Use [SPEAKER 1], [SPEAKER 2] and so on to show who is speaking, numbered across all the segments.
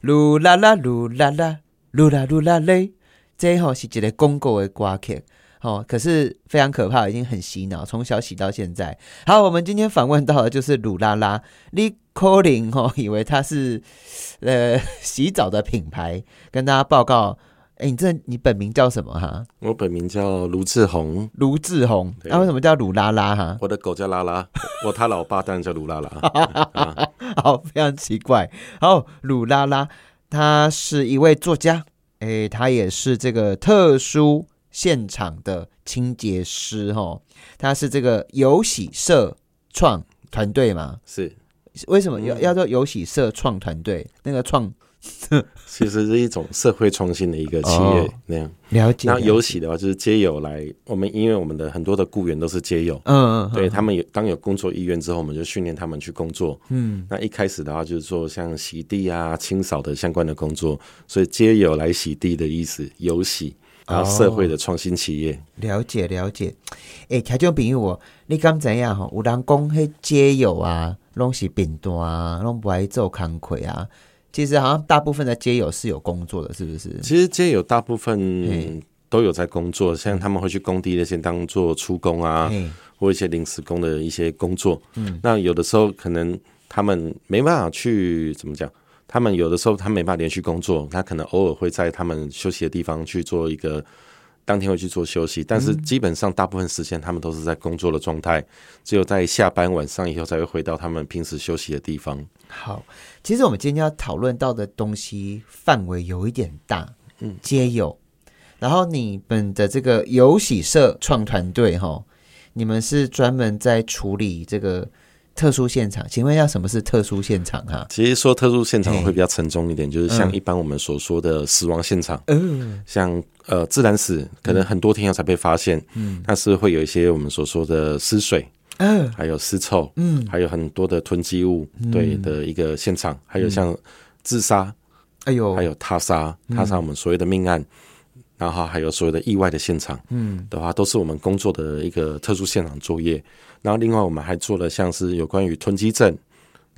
[SPEAKER 1] 噜啦啦噜啦啦噜啦噜啦嘞，这吼、是一个公告的歌曲。哦，可是非常可怕，已经很洗脑，从小洗到现在。好，我们今天访问到的就是鲁拉拉，你可能哦，以为它是呃洗澡的品牌，跟大家报告，哎，你这你本名叫什么哈？
[SPEAKER 2] 我本名叫卢志宏，
[SPEAKER 1] 卢志宏，
[SPEAKER 2] 对
[SPEAKER 1] 那、为什么叫鲁拉拉哈？
[SPEAKER 2] 我的狗叫拉拉，我他老爸当然叫卢拉拉。
[SPEAKER 1] 好，非常奇怪。好，鲁拉拉，她是一位作家，诶，她也是这个特殊现场的清洁师哦。她是这个有喜社创团队嘛？
[SPEAKER 2] 是，
[SPEAKER 1] 为什么要
[SPEAKER 2] 嗯
[SPEAKER 1] 要做有喜社创团队？那个创
[SPEAKER 2] 其实是一种社会创新的一个企业、
[SPEAKER 1] 哦
[SPEAKER 2] 那样。
[SPEAKER 1] 了解
[SPEAKER 2] 那
[SPEAKER 1] 了
[SPEAKER 2] 有
[SPEAKER 1] 解
[SPEAKER 2] 喜的话，就是街友来，我们因为我们的很多的雇员都是街友，
[SPEAKER 1] 嗯嗯嗯
[SPEAKER 2] 对他们有当有工作意愿之后，我们就训练他们去工作。
[SPEAKER 1] 嗯
[SPEAKER 2] 那一开始的话，就是做像洗地啊、清扫的相关的工作，所以街友来洗地的意思，有喜，然后社会
[SPEAKER 1] 哦
[SPEAKER 2] 的创新企业。
[SPEAKER 1] 了解了解。诶，听众朋友哦，你敢知影吼？有人讲迄街友啊，拢是贫惰啊，拢不爱做工课啊。其实好像大部分的街友是有工作的，是不是？
[SPEAKER 2] 其实街友大部
[SPEAKER 1] 嘿
[SPEAKER 2] 分都有在工作，像他们会去工地那些当做出工啊，
[SPEAKER 1] 嘿
[SPEAKER 2] 或一些临时工的一些工作。嗯，那有的时候可能他们没办法去怎么讲，他们有的时候他没办法连续工作，他可能偶尔会在他们休息的地方去做一个。当天会去做休息，但是
[SPEAKER 1] 嗯
[SPEAKER 2] 基本上大部分时间他们都是在工作的状态，只有在下班晚上以后才会回到他们平时休息的地方。
[SPEAKER 1] 好，其实我们今天要讨论到的东西范围有一点大，嗯，皆有。然后你们的这个有喜社创团队哈，你们是专门在处理这个特殊现场，请问一下什么是特殊现场啊哈、
[SPEAKER 2] 其实说特殊现场
[SPEAKER 1] 嘿嗯
[SPEAKER 2] 会比较沉重一点，就是像一般我们所说的死亡现场，像呃自然死，可能很多天后才被发现，嗯，但是会有一些我们所说的尸水，
[SPEAKER 1] 嗯、
[SPEAKER 2] 还有尸臭，嗯，还有很多的囤积物，对的一个现场，还有像自杀，
[SPEAKER 1] 哎呦，
[SPEAKER 2] 还有他杀，他杀我们所谓的命案。然后还有所有的意外的现场，嗯，的话都是我们工作的一个特殊现场作业。然后另外我们还做了像是有关于囤积症、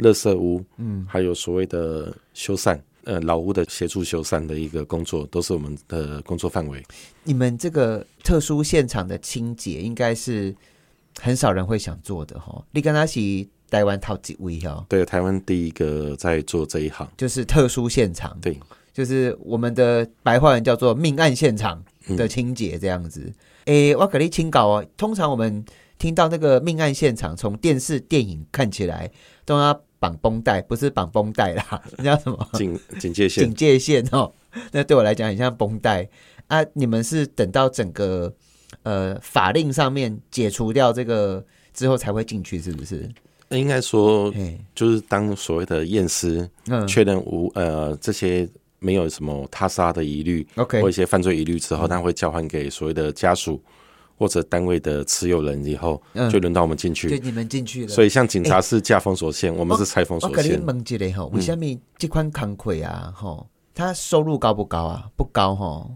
[SPEAKER 2] 垃圾屋，嗯，还有所谓的修缮，呃，老屋的协助修缮的一个工作，都是我们的工作范围。
[SPEAKER 1] 你们这个特殊现场的清洁应该是很少人会想做的哈。你跟他是台湾淘几位哦，
[SPEAKER 2] 对，台湾第一个在做这一行，
[SPEAKER 1] 就是特殊现场，
[SPEAKER 2] 对，
[SPEAKER 1] 就是我们的白话文叫做命案现场
[SPEAKER 2] 嗯
[SPEAKER 1] 的清洁这样子。诶、我给你请稿哦。通常我们听到那个命案现场，从电视、电影看起来都要绑绷带，不是绑绷带啦， 那叫什么？
[SPEAKER 2] 警警戒线
[SPEAKER 1] 警戒线哦。 那对我来讲很像绷带啊。你们是等到整个呃法令上面解除掉这个之后才会进去，是不是？
[SPEAKER 2] 应该说
[SPEAKER 1] 嘿，
[SPEAKER 2] 就是当所谓的验尸，
[SPEAKER 1] 嗯
[SPEAKER 2] 确认无呃这些没有什么他杀的疑虑
[SPEAKER 1] ，OK，
[SPEAKER 2] 或一些犯罪疑虑之
[SPEAKER 1] 嗯
[SPEAKER 2] 后，那会交还给所谓的家属或者单位的持有人以后，
[SPEAKER 1] 嗯哎
[SPEAKER 2] 就轮到我们进
[SPEAKER 1] 就
[SPEAKER 2] 去。
[SPEAKER 1] 你们进去了。
[SPEAKER 2] 所以像警察是架封锁线，
[SPEAKER 1] 哦
[SPEAKER 2] 我们是拆封
[SPEAKER 1] 我
[SPEAKER 2] 锁
[SPEAKER 1] 跟你
[SPEAKER 2] 线。
[SPEAKER 1] 问一下
[SPEAKER 2] 嗯
[SPEAKER 1] 吼，为什么这款工课啊，吼，他收入高不高啊？不高吼，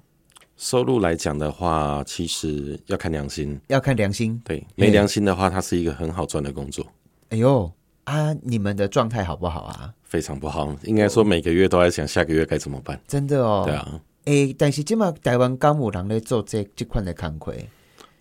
[SPEAKER 2] 收入来讲的话，其实要看良心。
[SPEAKER 1] 要看良心。
[SPEAKER 2] 对，没良心的话，它是一个很好赚的工作，
[SPEAKER 1] 哎呦啊，你们的状态好不好啊？
[SPEAKER 2] 非常不好。应该说每个月都在想下个月该怎么办。
[SPEAKER 1] 真的哦。
[SPEAKER 2] 对啊，
[SPEAKER 1] 诶，但是今嘛台湾港务人在做这这款的工课，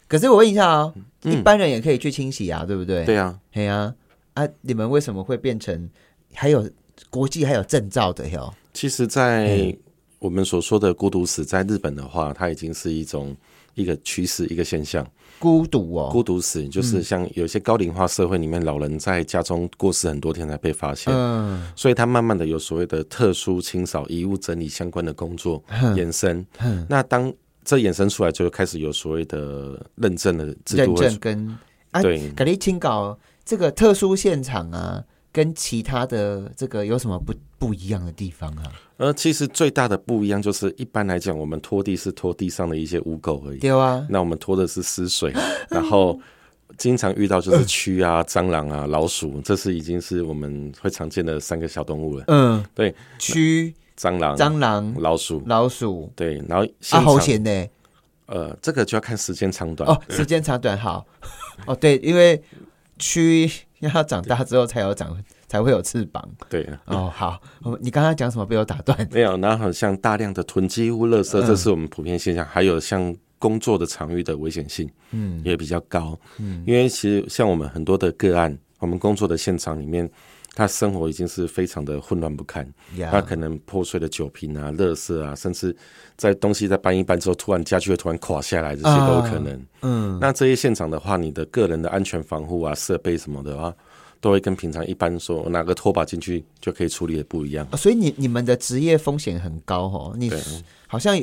[SPEAKER 1] 可是我问一下哦，一般人也可以去清洗啊，对不对？
[SPEAKER 2] 嗯对啊，
[SPEAKER 1] 嘿啊，啊，你们为什么会变成还有国际还有证照的哟？
[SPEAKER 2] 其实，在
[SPEAKER 1] 嗯
[SPEAKER 2] 我们所说的孤独死，在日本的话，它已经是一种一个趋势，一个现象。
[SPEAKER 1] 孤独哦，
[SPEAKER 2] 孤独死就是像有些高龄化社会里面，老人在家中过世很多天才被发现，
[SPEAKER 1] 嗯，
[SPEAKER 2] 所以他慢慢的有所谓的特殊清扫、遗物整理相关的工作
[SPEAKER 1] 嗯
[SPEAKER 2] 衍生。那当这衍生出来，就开始有所谓的认证的制
[SPEAKER 1] 认
[SPEAKER 2] 度会
[SPEAKER 1] 证
[SPEAKER 2] 出。
[SPEAKER 1] 跟啊
[SPEAKER 2] 对，
[SPEAKER 1] 给你请搞这个特殊现场啊，跟其他的这个有什么不不一样的地方啊？
[SPEAKER 2] 而其实最大的不一样就是，一般来讲，我们拖地是拖地上的一些污垢而已。
[SPEAKER 1] 对啊，
[SPEAKER 2] 那我们拖的是湿水，然后经常遇到
[SPEAKER 1] 嗯
[SPEAKER 2] 就是蛆啊、蟑螂啊、老鼠，这是已经是我们会常见的三个小动物了。
[SPEAKER 1] 嗯，
[SPEAKER 2] 对，
[SPEAKER 1] 蛆、
[SPEAKER 2] 蟑螂、
[SPEAKER 1] 蟑螂、
[SPEAKER 2] 老鼠，
[SPEAKER 1] 老鼠。
[SPEAKER 2] 对，然后
[SPEAKER 1] 啊，
[SPEAKER 2] 现场、
[SPEAKER 1] 好险呢！
[SPEAKER 2] 呃，这个就要看时间长短。
[SPEAKER 1] 哦，时 间长短好。哦，对，因为蛆要长大之后才有长才会有翅膀。
[SPEAKER 2] 对，
[SPEAKER 1] 哦，好，哦你刚刚讲什么被我打 断？
[SPEAKER 2] 没有，然后像大量的囤积物垃圾，
[SPEAKER 1] 嗯
[SPEAKER 2] 这是我们普遍现象，还有像。工作的场域的危险性
[SPEAKER 1] 嗯
[SPEAKER 2] 也比较高，
[SPEAKER 1] 嗯
[SPEAKER 2] 因为其实像我们很多的个案，我们工作的现场里面，他生活已经是非常的混乱不堪，
[SPEAKER 1] 呀
[SPEAKER 2] 他可能破碎的酒瓶啊、垃圾啊，甚至在东西在搬一搬之后，突然家具会突然垮下来，这些都有可能。
[SPEAKER 1] 啊嗯
[SPEAKER 2] 那这些现场的话，你的个人的安全防护啊、设备什么的啊，都会跟平常一般说拿个拖把进去就可以处理的不一样。
[SPEAKER 1] 哦所以你你们的职业风险很高哦，你
[SPEAKER 2] 对
[SPEAKER 1] 好像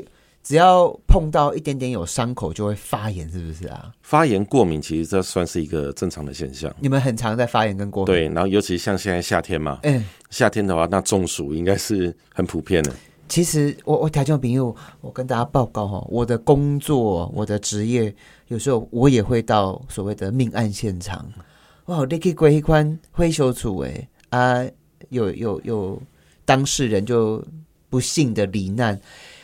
[SPEAKER 1] 只要碰到一点点有伤口就会发炎，是不是啊？
[SPEAKER 2] 发炎过敏其实这算是一个正常的现象。
[SPEAKER 1] 你们很常在发炎跟过敏，
[SPEAKER 2] 对，然后尤其像现在夏天嘛，
[SPEAKER 1] 嗯，
[SPEAKER 2] 夏天的话，那中暑应该是很普遍的。
[SPEAKER 1] 其实我我条件朋友，我跟大家报告哈，我的工作、我的职业，有时候我也会到所谓的命案现场。哇，你去过一关会修处诶啊，有有有当事人就不幸的罹难，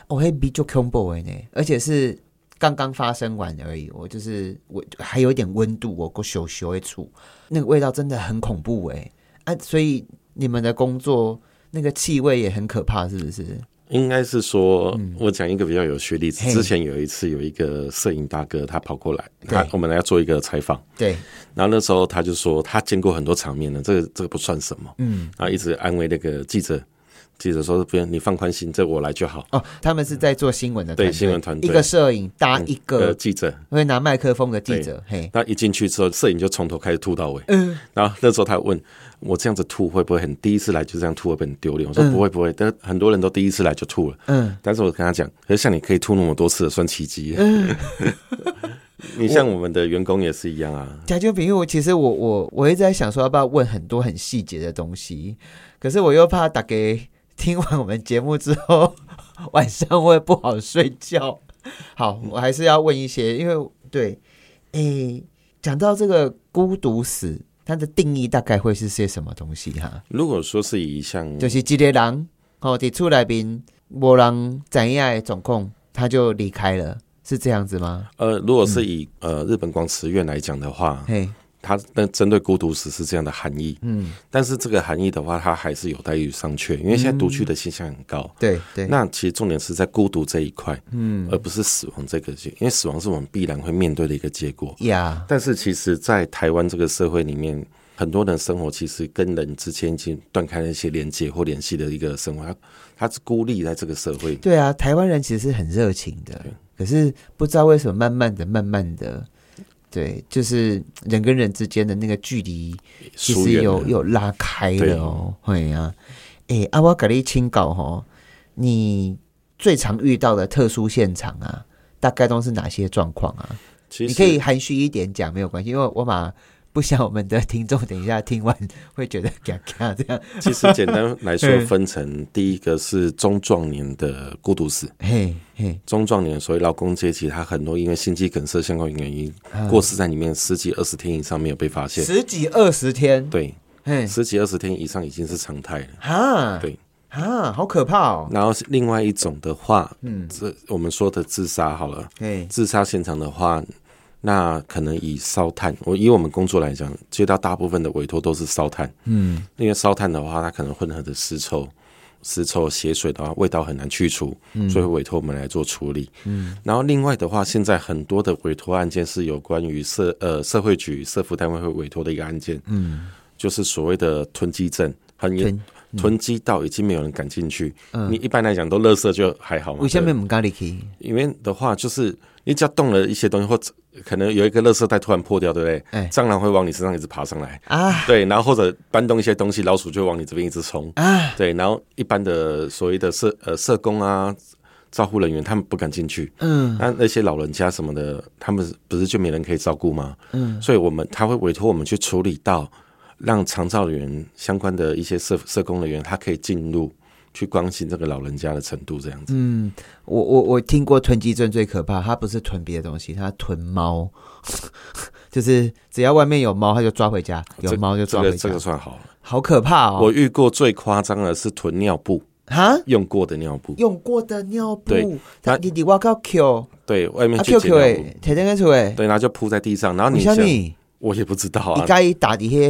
[SPEAKER 1] 哦，黑比就 combo 呢，而且是刚刚发生完而已。我就是我还有一点温度，我过修修一处，那个味道真的很恐怖诶啊，所以你们的工作。那个气味也很可怕，是不是？
[SPEAKER 2] 应该是说，我讲一个比较有趣的例子。
[SPEAKER 1] 嗯嘿
[SPEAKER 2] 之前有一次，有一个摄影大哥，他跑过来，
[SPEAKER 1] 对
[SPEAKER 2] 他我们来要做一个采访，
[SPEAKER 1] 对，
[SPEAKER 2] 然后那时候他就说，他见过很多场面了，这个这个不算什么，
[SPEAKER 1] 嗯，
[SPEAKER 2] 然后一直安慰那个记者，记者说：“不用，你放宽心，这我来就好。
[SPEAKER 1] 哦，他们是在做新闻的
[SPEAKER 2] 对
[SPEAKER 1] 团队
[SPEAKER 2] 新闻团队
[SPEAKER 1] 一个摄影搭
[SPEAKER 2] 嗯”
[SPEAKER 1] 一
[SPEAKER 2] 呃
[SPEAKER 1] 个
[SPEAKER 2] 记者，
[SPEAKER 1] 会拿麦克风的记者，嘿，
[SPEAKER 2] 那一进去之后，摄影就从头开始吐到尾。
[SPEAKER 1] 嗯，
[SPEAKER 2] 然后那时候他问我这样子吐会不会很第一次来就这样吐会不会很丢脸？我说
[SPEAKER 1] 嗯
[SPEAKER 2] 不会不会，但很多人都第一次来就吐了。
[SPEAKER 1] 嗯，
[SPEAKER 2] 但是我跟他讲，可是像你可以吐那么多次的算奇迹。
[SPEAKER 1] 嗯
[SPEAKER 2] 你像我们的员工也是一样啊，
[SPEAKER 1] 贾俊平，因为我其实我我我一直在想说要不要问很多很细节的东西，可是我又怕打给听完我们节目之后晚上会不好睡觉。 好，我还是要问一些，因为对，诶，讲到这个孤独死，它的定义大概会是些什么东西哈、
[SPEAKER 2] 如果说是以像
[SPEAKER 1] 就是一个人，吼、伫厝内面无人知影的状况，他就离开了，是这样子吗？
[SPEAKER 2] 呃，如果
[SPEAKER 1] 嗯
[SPEAKER 2] 是以呃日本广慈院来讲的话，
[SPEAKER 1] 嘿，
[SPEAKER 2] 它那针对孤独死是这样的含义。
[SPEAKER 1] 嗯，
[SPEAKER 2] 但是这个含义的话，它还是有待于商榷，因为现在独居的现象很高。
[SPEAKER 1] 对对，
[SPEAKER 2] 那其实重点是在孤独这一块，
[SPEAKER 1] 嗯
[SPEAKER 2] 而不是死亡这个，因为死亡是我们必然会面对的一个结果。
[SPEAKER 1] 呀，
[SPEAKER 2] 但是其实，在台湾这个社会里面，很多人生活其实跟人之间已经断开了一些连接或联系的一个生活，他他是孤立在这个社会。
[SPEAKER 1] 对啊，台湾人其实是很热情的，可是不知道为什么，慢慢的、慢慢的，对，就是人跟人之间的那个距离，其
[SPEAKER 2] 疏
[SPEAKER 1] 实
[SPEAKER 2] 远
[SPEAKER 1] 有
[SPEAKER 2] 了
[SPEAKER 1] 有拉开了哦，会啊，诶，阿瓦格力清稿吼，你最常遇到的特殊现场啊，大概都是哪些状况啊？
[SPEAKER 2] 其
[SPEAKER 1] 你
[SPEAKER 2] 实
[SPEAKER 1] 可以含蓄一点讲，没有关系，因为我马不想我们的听众等一下听完会觉得嘎嘎这样。
[SPEAKER 2] 其实简单来 说
[SPEAKER 1] 嗯，
[SPEAKER 2] 分成第一个是中壮年的孤独死，
[SPEAKER 1] 嘿嘿，
[SPEAKER 2] 中壮年所谓劳工阶级，他很多因为心肌梗塞相关原因，过世在里面十几二十天以上没有被发现。
[SPEAKER 1] 十几二十天，
[SPEAKER 2] 对，
[SPEAKER 1] 嘿
[SPEAKER 2] 十几二十天以上已经是常态了。
[SPEAKER 1] 哈，
[SPEAKER 2] 对
[SPEAKER 1] 哈，好可怕哦。
[SPEAKER 2] 然后是另外一种的话，嗯，这我们说的自杀好了，
[SPEAKER 1] 嘿，
[SPEAKER 2] 自杀现场的话，那可能以烧炭，我以我们工作来讲，接到大部分的委托都是烧炭，
[SPEAKER 1] 嗯，
[SPEAKER 2] 因为烧炭的话，它可能混合着尸臭。尸臭、血水的话，味道很难去除，所以委托我们来做处理。嗯，然后另外的话，现在很多的委托案件是有关于社呃社会局、社服单位会委托的一个案件，嗯，就是所谓的囤积症，很严
[SPEAKER 1] 囤
[SPEAKER 2] 囤嗯积到已经没有人敢进去。你一般来讲都垃圾就还好嘛，
[SPEAKER 1] 为什
[SPEAKER 2] 对
[SPEAKER 1] 么唔咖喱去？
[SPEAKER 2] 里面的话，就是你只要动了一些东西，或者可能有一个垃圾袋突然破掉，对不对？
[SPEAKER 1] 哎
[SPEAKER 2] 蟑螂会往你身上一直爬上来，
[SPEAKER 1] 啊
[SPEAKER 2] 对，然后或者搬动一些东西，老鼠就往你这边一直冲，
[SPEAKER 1] 啊，
[SPEAKER 2] 对，然后一般的所谓的社呃社工啊、照护人员，他们不敢进去。
[SPEAKER 1] 嗯
[SPEAKER 2] 那那些老人家什么的，他们不是就没人可以照顾吗？
[SPEAKER 1] 嗯，
[SPEAKER 2] 所以我们他会委托我们去处理到让长照人员相关的一些社社工人员，他可以进入去关心这个老人家的程度，这样子。
[SPEAKER 1] 嗯，我我我听过囤积症最可怕，它不是囤别的东西，它囤猫， 就是只要外面有猫，它就抓回家，有
[SPEAKER 2] 这
[SPEAKER 1] 猫就
[SPEAKER 2] 这
[SPEAKER 1] 抓回
[SPEAKER 2] 个
[SPEAKER 1] 家，
[SPEAKER 2] 这个算好了。
[SPEAKER 1] 好可怕哦。
[SPEAKER 2] 我遇过最夸张的是囤尿布，
[SPEAKER 1] 哈，
[SPEAKER 2] 用过的尿布，
[SPEAKER 1] 用过的尿布
[SPEAKER 2] 对，
[SPEAKER 1] 他
[SPEAKER 2] 那
[SPEAKER 1] 弟弟我靠 Q
[SPEAKER 2] 对外面
[SPEAKER 1] 啊
[SPEAKER 2] 去
[SPEAKER 1] Q
[SPEAKER 2] 捡
[SPEAKER 1] Q
[SPEAKER 2] 尿布
[SPEAKER 1] 诶，，提灯个出诶，
[SPEAKER 2] 对，然后就铺在地上，然后
[SPEAKER 1] 为
[SPEAKER 2] 啊你
[SPEAKER 1] 什
[SPEAKER 2] 想
[SPEAKER 1] 么？
[SPEAKER 2] 我也不知道
[SPEAKER 1] 一
[SPEAKER 2] 啊。
[SPEAKER 1] 该打的嘿，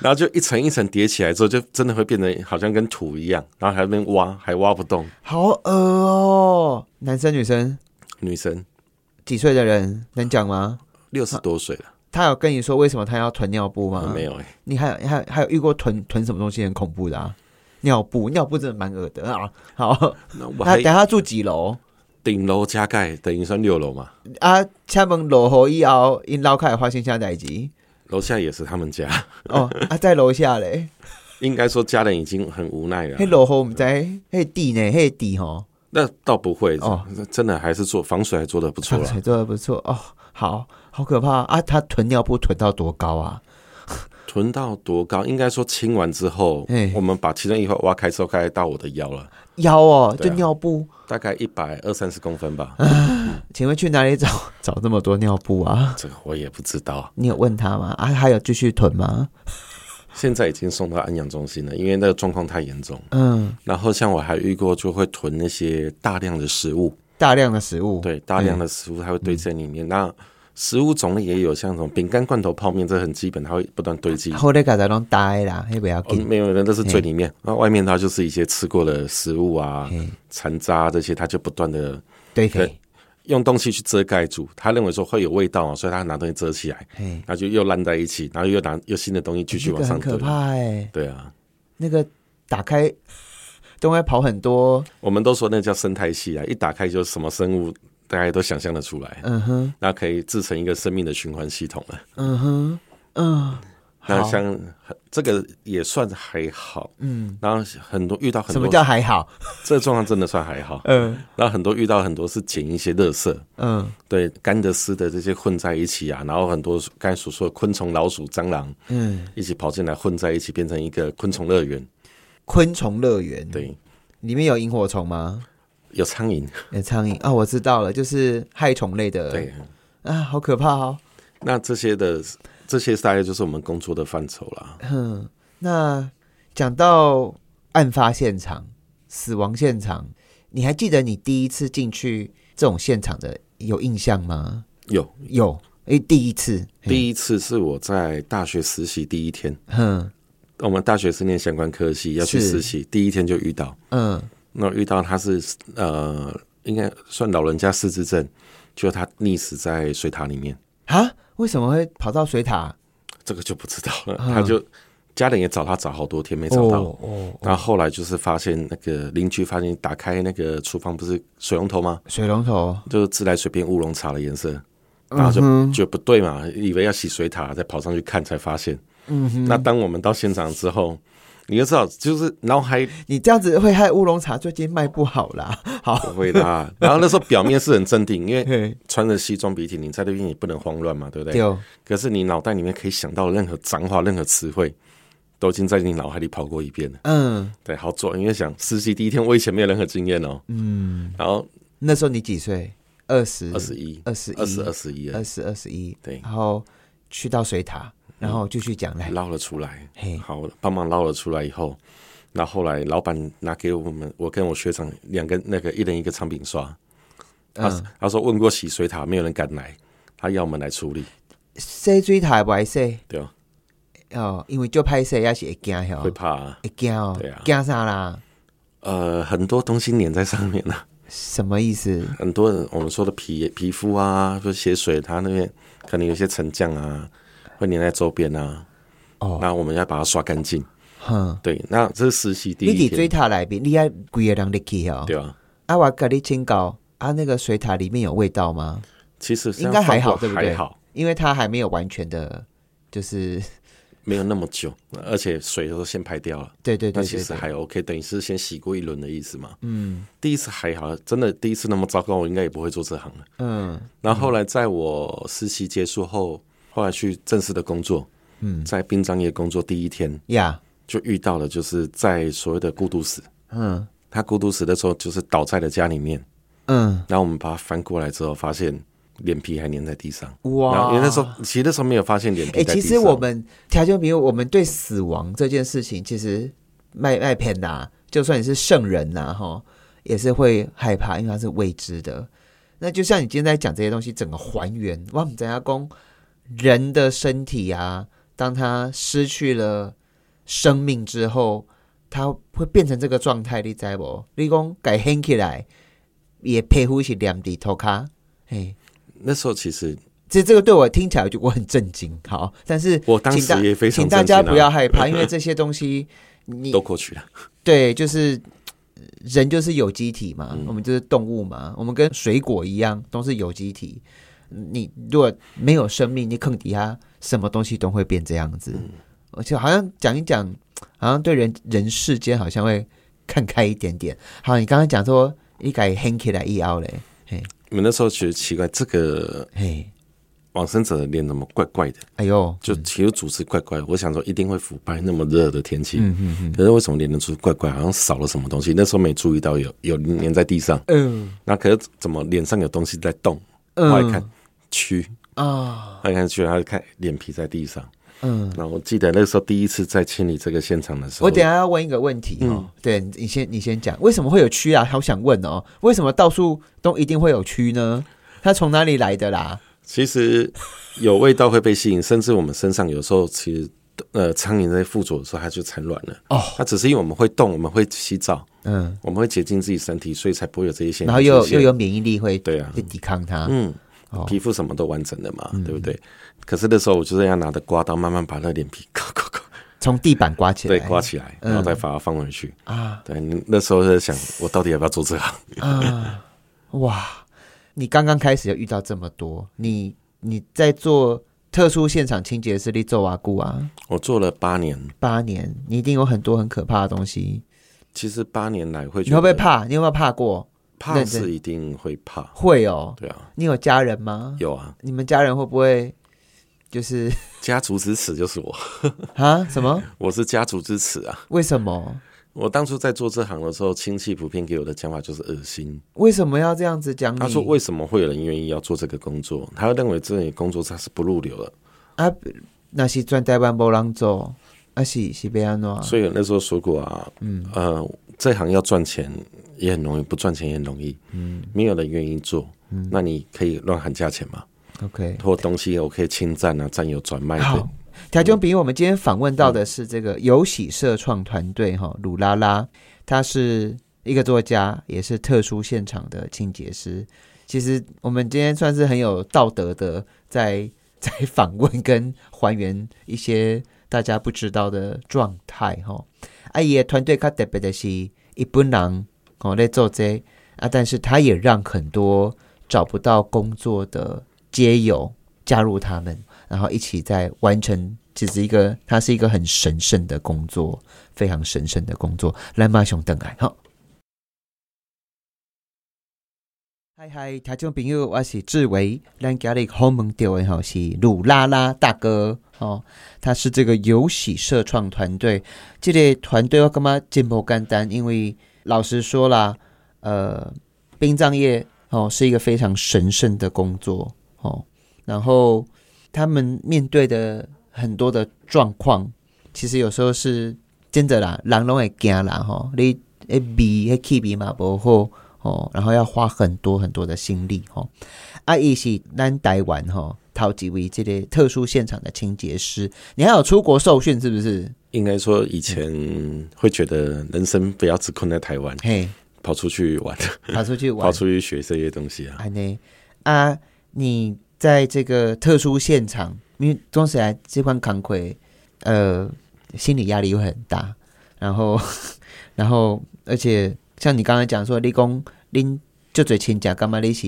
[SPEAKER 2] 然后就一层一层叠起来之后，就真的会变得好像跟土一样，然后还在那边挖，还挖不动。
[SPEAKER 1] 好恶哦。男生女生
[SPEAKER 2] 女生
[SPEAKER 1] 几岁的人能讲吗？
[SPEAKER 2] 六十多岁了，
[SPEAKER 1] 他有跟你说为什么他要囤尿布
[SPEAKER 2] 啊
[SPEAKER 1] 吗？
[SPEAKER 2] 没有哎、
[SPEAKER 1] 你还有还有还有遇过囤囤什么东西很恐怖的啊？尿布，尿布真的蛮恶的啊！好，
[SPEAKER 2] 那我
[SPEAKER 1] 他
[SPEAKER 2] 还
[SPEAKER 1] 等下住几楼
[SPEAKER 2] 顶楼加盖，等于算六楼嘛。
[SPEAKER 1] 啊？敲门落后以后，因捞开发现下代志
[SPEAKER 2] 楼下也是他们家，
[SPEAKER 1] 哦啊，在楼下嘞，
[SPEAKER 2] 应该说家人已经很无奈了
[SPEAKER 1] 嘿。落后我们在嘿地呢，嘿地吼，
[SPEAKER 2] 那倒不会
[SPEAKER 1] 哦，
[SPEAKER 2] 真的还是做防水还做的不错了
[SPEAKER 1] 啊水。做的不错哦，好好可怕啊！他囤尿布囤到多高啊？
[SPEAKER 2] 囤到多高？应该说清完之后
[SPEAKER 1] 哎，
[SPEAKER 2] 我们把其中一块挖开之后，大概到我的腰了，
[SPEAKER 1] 腰哦，
[SPEAKER 2] 对
[SPEAKER 1] 就
[SPEAKER 2] 啊
[SPEAKER 1] 尿布，
[SPEAKER 2] 大概一百二三十公分吧。
[SPEAKER 1] 请问去哪里找 找这么多尿布啊？
[SPEAKER 2] 这个我也不知道。
[SPEAKER 1] 你有问他吗？啊，还有继续囤吗？
[SPEAKER 2] 现在已经送到安养中心了，因为那个状况太严重。
[SPEAKER 1] 嗯，
[SPEAKER 2] 然后像我还遇过，就会囤那些大量的食物，
[SPEAKER 1] 大量的食物，
[SPEAKER 2] 对，大量的食物它会堆在里面。那食物种类也有，像什么饼干、罐头、泡面，这很基本，它会不断堆积。
[SPEAKER 1] 后来改在拢呆啦，迄不要
[SPEAKER 2] 哦，
[SPEAKER 1] 紧。
[SPEAKER 2] 没有，那都是最里面。那外面它就是一些吃过的食物啊
[SPEAKER 1] 嘿、
[SPEAKER 2] 残渣这些，它就不断的
[SPEAKER 1] 对对
[SPEAKER 2] 对，用东西去遮盖住，他认为说会有味道啊，所以他拿东西遮起来，
[SPEAKER 1] 嘿，
[SPEAKER 2] 那就又烂在一起，然后又拿又新的东西继续
[SPEAKER 1] 这
[SPEAKER 2] 往
[SPEAKER 1] 个
[SPEAKER 2] 上
[SPEAKER 1] 很可
[SPEAKER 2] 堆。
[SPEAKER 1] 怕哎，
[SPEAKER 2] 对啊，
[SPEAKER 1] 那个打开都会跑很多，
[SPEAKER 2] 我们都说那叫生态系啊，一打开就什么生物大家都想象得出来，
[SPEAKER 1] 嗯哼，
[SPEAKER 2] 那可以制成一个生命的循环系统了。
[SPEAKER 1] 嗯哼，嗯，
[SPEAKER 2] 那
[SPEAKER 1] 好，
[SPEAKER 2] 像这个也算还好，
[SPEAKER 1] 嗯，
[SPEAKER 2] 然后很多遇到很
[SPEAKER 1] 什么
[SPEAKER 2] 多
[SPEAKER 1] 叫还 好？
[SPEAKER 2] 这状况真的算还好，
[SPEAKER 1] 嗯
[SPEAKER 2] 那很多遇到很多是捡一些垃圾，
[SPEAKER 1] 嗯
[SPEAKER 2] 对干的湿的这些混在一起啊，然后很多刚才所说的昆虫、老鼠、蟑螂，
[SPEAKER 1] 嗯，
[SPEAKER 2] 一起跑进来混在一起，变成一个昆虫乐园。
[SPEAKER 1] 昆虫乐园，，
[SPEAKER 2] 对，
[SPEAKER 1] 里面有萤火虫吗？
[SPEAKER 2] 有苍蝇，
[SPEAKER 1] 有苍蝇啊，我知道了，就是害虫类的，
[SPEAKER 2] 对。
[SPEAKER 1] 啊，好可怕哦。
[SPEAKER 2] 那这些的这些大概就是我们工作的范畴啦。
[SPEAKER 1] 哼，那讲到案发现场、死亡现场，你还记得你第一次进去这种现场的有印象吗？
[SPEAKER 2] 有
[SPEAKER 1] 有，诶，第一次，一，
[SPEAKER 2] 第一次是我在大学实习第一天，
[SPEAKER 1] 哼，
[SPEAKER 2] 我们大学是念相关科系，要去
[SPEAKER 1] 是
[SPEAKER 2] 实习，第一天就遇到。
[SPEAKER 1] 嗯，
[SPEAKER 2] 那我遇到他是呃，应该算老人家失智症，就他溺死在水塔里面，
[SPEAKER 1] 啊，为什么会跑到水塔？
[SPEAKER 2] 这个就不知道了。
[SPEAKER 1] 嗯
[SPEAKER 2] 他就家人也找他找好多天没找到，
[SPEAKER 1] 哦哦，
[SPEAKER 2] 然后后来就是发现那个邻居发现打开那个厨房不是水龙头吗？
[SPEAKER 1] 水龙头，嗯
[SPEAKER 2] 就是自来水变乌龙茶的颜色，然后就觉得不对嘛，以为要洗水塔，再跑上去看才发现。
[SPEAKER 1] 嗯哼，
[SPEAKER 2] 那当我们到现场之后，你就知道，就是脑海
[SPEAKER 1] 你这样子会害乌龙茶最近卖不好啦。好，
[SPEAKER 2] 不 会啦。然后那时候表面是很镇定，因为
[SPEAKER 1] 嘿，哦
[SPEAKER 2] 穿着西装笔挺，你在那边也不能慌乱嘛，对不对？
[SPEAKER 1] 丢，
[SPEAKER 2] 可是你脑袋里面可以想到任何脏话、任何词汇，都已经在你脑海里跑过一遍了。
[SPEAKER 1] 嗯
[SPEAKER 2] 对，好做，因为想实习第一天，我以前没有任何经验哦。
[SPEAKER 1] 嗯，
[SPEAKER 2] 然后
[SPEAKER 1] 那时候你几岁？二十，
[SPEAKER 2] 二十一、
[SPEAKER 1] 二十一，
[SPEAKER 2] 二十、二十一哎了
[SPEAKER 1] 二，十二十一，
[SPEAKER 2] 对嗯
[SPEAKER 1] 然后去到水塔，然后继续讲来，
[SPEAKER 2] 捞了出来。
[SPEAKER 1] 嘿，
[SPEAKER 2] 好，帮忙捞了出来以后，那后来老板拿给我们，我跟我学长两个那个一人一个长柄刷，他、
[SPEAKER 1] 嗯，
[SPEAKER 2] 他说问过洗水塔，没有人敢来，他要我们来处理，
[SPEAKER 1] 洗水塔白说
[SPEAKER 2] 对吧？
[SPEAKER 1] 哦，因为就拍摄也是会惊
[SPEAKER 2] 会
[SPEAKER 1] 哦，
[SPEAKER 2] 怕、
[SPEAKER 1] 会惊哦
[SPEAKER 2] 对啊，
[SPEAKER 1] 惊啥啦？
[SPEAKER 2] 呃，很多东西粘在上面了、
[SPEAKER 1] 什么意思？
[SPEAKER 2] 很多人我们说的皮皮肤啊，说血水，它那边可能有些沉降啊，会粘在周边啊。
[SPEAKER 1] 哦
[SPEAKER 2] 那我们要把它刷干净。
[SPEAKER 1] 哼，
[SPEAKER 2] 对，那这是实习第
[SPEAKER 1] 你
[SPEAKER 2] 一
[SPEAKER 1] 伫水
[SPEAKER 2] 天，
[SPEAKER 1] 塔内面，你爱规个人入去哦。
[SPEAKER 2] 对啊，
[SPEAKER 1] 啊，我甲你请教，啊，那个水塔里面有味道吗？
[SPEAKER 2] 其实
[SPEAKER 1] 应该还好
[SPEAKER 2] 这
[SPEAKER 1] 对不
[SPEAKER 2] 样放过
[SPEAKER 1] 对
[SPEAKER 2] 还好，
[SPEAKER 1] 因为它还没有完全的，就是
[SPEAKER 2] 没有那么久，而且水都先排掉了。
[SPEAKER 1] 对对
[SPEAKER 2] 那
[SPEAKER 1] 对
[SPEAKER 2] 其
[SPEAKER 1] 对
[SPEAKER 2] 实
[SPEAKER 1] 对，
[SPEAKER 2] 还 OK，等于是先洗过一轮的意思嘛。
[SPEAKER 1] 嗯
[SPEAKER 2] 第一次还好，真的第一次那么糟糕，我应该也不会做这行了。
[SPEAKER 1] 嗯
[SPEAKER 2] 然后后来在我实习结束后，后来去正式的工作，
[SPEAKER 1] 嗯
[SPEAKER 2] 在殡葬业工作第一天
[SPEAKER 1] 呀，
[SPEAKER 2] 就遇到了，就是在所谓的孤独死。
[SPEAKER 1] 嗯
[SPEAKER 2] 他孤独死的时候，就是倒在了家里面，
[SPEAKER 1] 嗯，
[SPEAKER 2] 然后我们把他翻过来之后，发现脸皮还粘在地上。然
[SPEAKER 1] 哇，
[SPEAKER 2] 后因为那时候其实那时候没有发现脸
[SPEAKER 1] 哎、
[SPEAKER 2] 皮在地上。
[SPEAKER 1] 其实我们条件比如我们对死亡这件事情，其实麦麦片呐、就算你是圣人呐、哈，也是会害怕，因为它是未知的。那就像你今天在讲这些东西，整个还原，我们怎样讲人的身体啊，当他失去了生命之后，他会变成这个状态，你知不？你讲改掀起来，也皮肤是两地头卡，嘿，
[SPEAKER 2] 那时候其实
[SPEAKER 1] 这这个对我听起来就我很震惊。好，但是
[SPEAKER 2] 我当
[SPEAKER 1] 请大
[SPEAKER 2] 时也非常
[SPEAKER 1] 请大家
[SPEAKER 2] 震惊啊
[SPEAKER 1] 不要害 怕，因为这些东西你
[SPEAKER 2] 都过去了。
[SPEAKER 1] 对，就是呃人就是有机体嘛，
[SPEAKER 2] 嗯
[SPEAKER 1] 我们就是动物嘛，我们跟水果一样都是有机体。你如果没有生命，你坑底下什么东西都会变这样子，
[SPEAKER 2] 嗯
[SPEAKER 1] 而且好像讲一讲，好像对人人世间好像会看开一点点。好，你刚刚讲说一改 h a n k 来一凹嘞，
[SPEAKER 2] 我们那时候觉得奇怪，这个
[SPEAKER 1] 嘿，
[SPEAKER 2] 往生者的脸怎么怪怪的？
[SPEAKER 1] 哎呦，
[SPEAKER 2] 就其实组织怪怪，我想说一定会腐败，那么热的天气，
[SPEAKER 1] 嗯嗯嗯，
[SPEAKER 2] 可是为什么连得出怪怪，好像少了什么东西？那时候没注意到有有粘在地上，
[SPEAKER 1] 嗯
[SPEAKER 2] 那可是怎么脸上有东西在动？
[SPEAKER 1] 嗯
[SPEAKER 2] 后来看蛆，
[SPEAKER 1] 啊，
[SPEAKER 2] 后来看蛆，他就看脸皮在地上。
[SPEAKER 1] 嗯，
[SPEAKER 2] 然后我记得那时候第一次在清理这个现场的时候，
[SPEAKER 1] 我等一下要问一个问题
[SPEAKER 2] 嗯
[SPEAKER 1] 哦，对你先你先讲，为什么会有蛆啊？好想问哦，为什么到处都一定会有蛆呢？它从哪里来的啦？
[SPEAKER 2] 其实有味道会被吸引，甚至我们身上有时候其实呃苍蝇在附着的时候，它就产卵了。
[SPEAKER 1] 哦，
[SPEAKER 2] 它只是因为我们会动，我们会洗澡，
[SPEAKER 1] 嗯，
[SPEAKER 2] 我们会洁净自己身体，所以才不会有这些现象
[SPEAKER 1] 然后又
[SPEAKER 2] 出现
[SPEAKER 1] 又有免疫力会
[SPEAKER 2] 对啊
[SPEAKER 1] 会抵抗它，
[SPEAKER 2] 嗯
[SPEAKER 1] 哦，嗯
[SPEAKER 2] 皮肤什么都完整的嘛，对不对？可是那时候我就是要拿着刮刀，慢慢把那脸皮刮刮刮，
[SPEAKER 1] 从地板刮起来，嗯
[SPEAKER 2] 对，刮起来，然后再把它放回去。
[SPEAKER 1] 啊
[SPEAKER 2] 对，那时候在想，我到底要不要做这行？
[SPEAKER 1] 啊！哇，你刚刚开始就遇到这么多，你你在做特殊现场清洁是力做瓦固啊，
[SPEAKER 2] 我做了八年，
[SPEAKER 1] 八年，你一定有很多很可怕的东西，
[SPEAKER 2] 其实八年来会
[SPEAKER 1] 你
[SPEAKER 2] 觉得
[SPEAKER 1] 会不会怕？你有没有怕过？
[SPEAKER 2] 怕
[SPEAKER 1] 认真
[SPEAKER 2] 是一定会怕，
[SPEAKER 1] 会哦，
[SPEAKER 2] 对啊，
[SPEAKER 1] 你有家人吗？
[SPEAKER 2] 有啊，
[SPEAKER 1] 你们家人会不会就是
[SPEAKER 2] 家族之耻就是我，
[SPEAKER 1] 啊？什么？
[SPEAKER 2] 我是家族之耻啊。
[SPEAKER 1] 为什么？
[SPEAKER 2] 我当初在做这行的时候，亲戚普遍给我的讲法就是恶心。
[SPEAKER 1] 为什么要这样子讲你？
[SPEAKER 2] 他说：“为什么会有人愿意要做这个工作？他认为这里工作它是不入流的，
[SPEAKER 1] 啊，那是转台湾无人做，啊是是被安怎？
[SPEAKER 2] 所以那时候说过啊，嗯，呃，这行要赚钱也很容易，不赚钱也很容易，嗯，没有人愿意做，嗯，那你可以乱喊价钱嘛，
[SPEAKER 1] OK，
[SPEAKER 2] 或东西我可以侵占啊，占有转卖
[SPEAKER 1] 好
[SPEAKER 2] 的，，
[SPEAKER 1] 条中比我们今天访问到的是这个有喜社创团队哈，鲁拉拉，他是一个作家，也是特殊现场的清洁师。其实我们今天算是很有道德的在， 在访问跟还原一些大家不知道的状态哈。啊，伊的团队较特别的是，一般人哦在做这个啊，但是他也让很多找不到工作的街友加入他们。然后一起在完成，其实一个它是一个很神圣的工作，非常神圣的工作。来，马上等来哈。嗨嗨，听众朋友，我是志伟。咱今日访问到的吼是鲁拉拉大哥哦，他是这个有喜社创团队。这个团队我感觉真不简单，因为老实说啦，呃，殡葬业哦是一个非常神圣的工作哦，然后他们面对的很多的状况，其实有时候是真的啦，人拢会惊啦吼，你诶味诶气味嘛无好吼，然后要花很多很多的心力吼。啊，伊是咱台湾吼，头一位这个特殊现场的清洁师，你还有出国受训是不是？
[SPEAKER 2] 应该说以前会觉得人生不要只困在台湾，
[SPEAKER 1] 嘿，
[SPEAKER 2] 跑出去玩，
[SPEAKER 1] 跑出去玩
[SPEAKER 2] 跑，出去学这些东西啊。
[SPEAKER 1] 安尼啊，你在这个特殊现场，因为总起来这款扛魁，呃，心理压力会很大，然后， 然后，而且像你刚才讲说，你讲恁就嘴亲家干嘛你是